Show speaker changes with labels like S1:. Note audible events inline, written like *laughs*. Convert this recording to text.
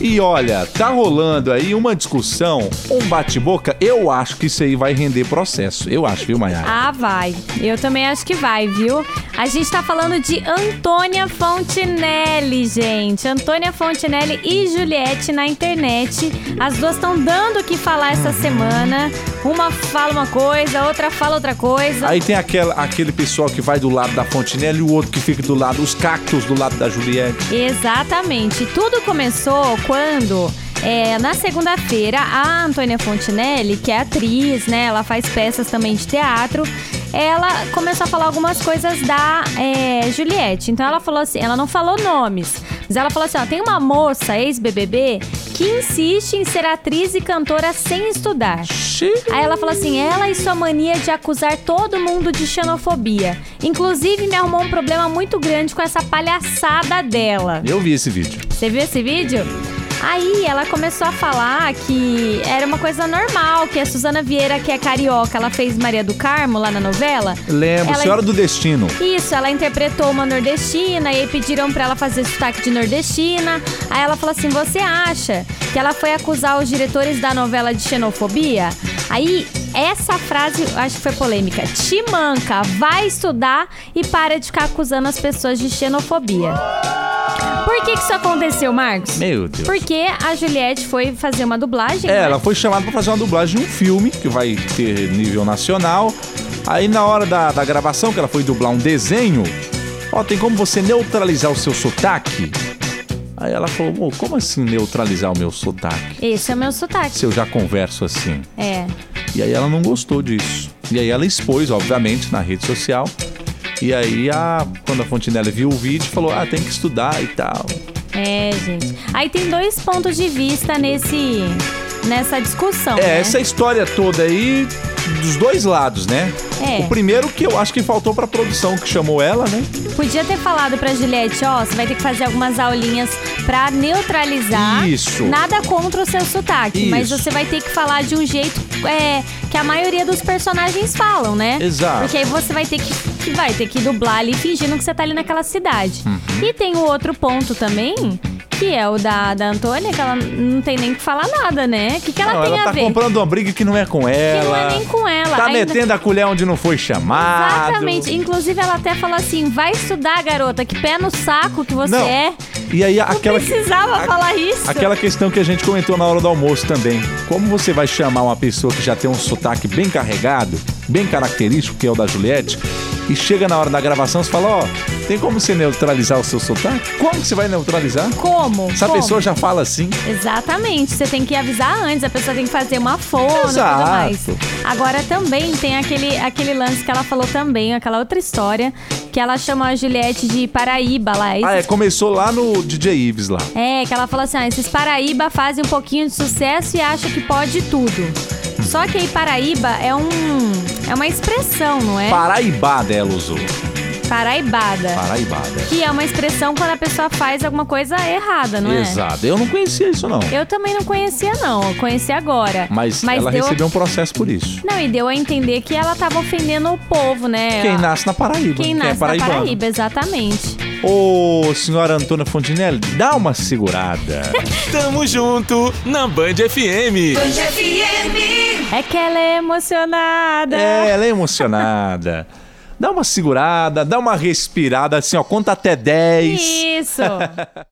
S1: E olha, tá rolando aí uma discussão, um bate-boca. Eu acho que isso aí vai render processo. Eu acho, viu, Maiara?
S2: Ah, vai. Eu também acho que vai, viu? A gente tá falando de Antônia Fontinelli, gente. Antônia Fontinelli e Juliette na internet. As duas estão dando o que falar essa semana. Uma fala uma coisa, outra fala outra coisa.
S1: Aí tem aquela, aquele pessoal que vai do lado da Fontinelli e o outro que fica do lado, os cactos do lado da Juliette.
S2: Exatamente. Tudo começou quando. é, na segunda-feira, a Antônia Fontinelli, que é atriz, né? Ela faz peças também de teatro. Ela começou a falar algumas coisas da é, Juliette. Então ela falou assim, ela não falou nomes, mas ela falou assim: ó, tem uma moça, ex-BBB, que insiste em ser atriz e cantora sem estudar. Aí ela falou assim: ela e sua mania de acusar todo mundo de xenofobia. Inclusive, me arrumou um problema muito grande com essa palhaçada dela.
S1: Eu vi esse vídeo.
S2: Você viu esse vídeo? Aí ela começou a falar que era uma coisa normal, que a Suzana Vieira, que é carioca, ela fez Maria do Carmo lá na novela.
S1: Lembro,
S2: Ela-
S1: Senhora do Destino.
S2: Isso, ela interpretou uma nordestina e aí pediram pra ela fazer sotaque de nordestina. Aí ela falou assim: "Você acha que ela foi acusar os diretores da novela de xenofobia?" Aí essa frase, eu acho que foi polêmica. Te manca, vai estudar e para de ficar acusando as pessoas de xenofobia. Por que que isso aconteceu, Marcos?
S1: Meu Deus.
S2: Porque a Juliette foi fazer uma dublagem.
S1: É,
S2: né?
S1: ela foi chamada pra fazer uma dublagem de um filme que vai ter nível nacional. Aí na hora da, da gravação, que ela foi dublar um desenho, ó, tem como você neutralizar o seu sotaque? Aí ela falou, "Mô, como assim neutralizar o meu sotaque?
S2: Esse é o meu sotaque.
S1: Se eu já converso assim.
S2: É.
S1: E aí ela não gostou disso. E aí ela expôs, obviamente, na rede social. E aí, a, quando a Fontinelli viu o vídeo, falou, ah, tem que estudar e tal.
S2: É, gente. Aí tem dois pontos de vista nesse nessa discussão.
S1: É,
S2: né?
S1: essa história toda aí dos dois lados, né?
S2: É.
S1: O primeiro que eu acho que faltou pra produção que chamou ela,
S2: *laughs*
S1: né?
S2: Podia ter falado pra Juliette, ó, você vai ter que fazer algumas aulinhas pra neutralizar.
S1: Isso.
S2: Nada contra o seu sotaque,
S1: Isso.
S2: mas você vai ter que falar de um jeito é, que a maioria dos personagens falam, né?
S1: Exato.
S2: Porque aí você vai ter que, que vai ter que dublar ali fingindo que você tá ali naquela cidade.
S1: Uhum.
S2: E tem o outro ponto também, que é o da, da Antônia, que ela não tem nem que falar nada, né? O que, que ela
S1: não,
S2: tem
S1: ela
S2: a
S1: tá
S2: ver?
S1: comprando uma briga que não é com ela.
S2: não é nem com ela,
S1: Tá
S2: ainda-
S1: metendo a colher onde não foi chamado.
S2: Exatamente. Inclusive, ela até fala assim: vai estudar, garota, que pé no saco que você
S1: Não.
S2: é.
S1: E aí,
S2: Não
S1: aquela...
S2: precisava
S1: a-
S2: falar isso.
S1: Aquela questão que a gente comentou na hora do almoço também. Como você vai chamar uma pessoa que já tem um sotaque bem carregado, bem característico, que é o da Juliette, e chega na hora da gravação e fala, ó, tem como você neutralizar o seu sotaque? Como que você vai neutralizar?
S2: Como?
S1: Essa
S2: Como?
S1: pessoa já fala assim.
S2: Exatamente, você tem que avisar antes, a pessoa tem que fazer uma fono e tudo
S1: Exato.
S2: mais. Agora também tem aquele, aquele lance que ela falou também, aquela outra história, que ela chama a Juliette de Paraíba lá.
S1: Ah,
S2: Esses-
S1: é, começou lá no DJ Ives lá.
S2: É, que ela fala assim: ah, esses Paraíba fazem um pouquinho de sucesso e acham que pode tudo. Só que aí Paraíba é um. É uma expressão, não é?
S1: Paraibada ela usou.
S2: Paraibada.
S1: Paraibada.
S2: Que é uma expressão quando a pessoa faz alguma coisa errada, não é?
S1: Exato. Eu não conhecia isso não.
S2: Eu também não conhecia, não. Eu conheci agora.
S1: Mas, ela
S2: deu...
S1: recebeu um processo por isso.
S2: Não, e deu a entender que ela tava ofendendo o povo, né?
S1: Quem
S2: Ela-
S1: nasce na Paraíba.
S2: Quem
S1: é
S2: nasce na
S1: paraibano.
S2: Paraíba, exatamente.
S1: Ô, senhora Antônia Fontinelli, dá uma segurada.
S3: *laughs* Tamo junto na Band FM.
S2: É que ela é emocionada.
S1: é, ela é emocionada.
S2: *laughs*
S1: Dá uma segurada, dá uma respirada, assim, ó, conta até 10.
S2: Isso.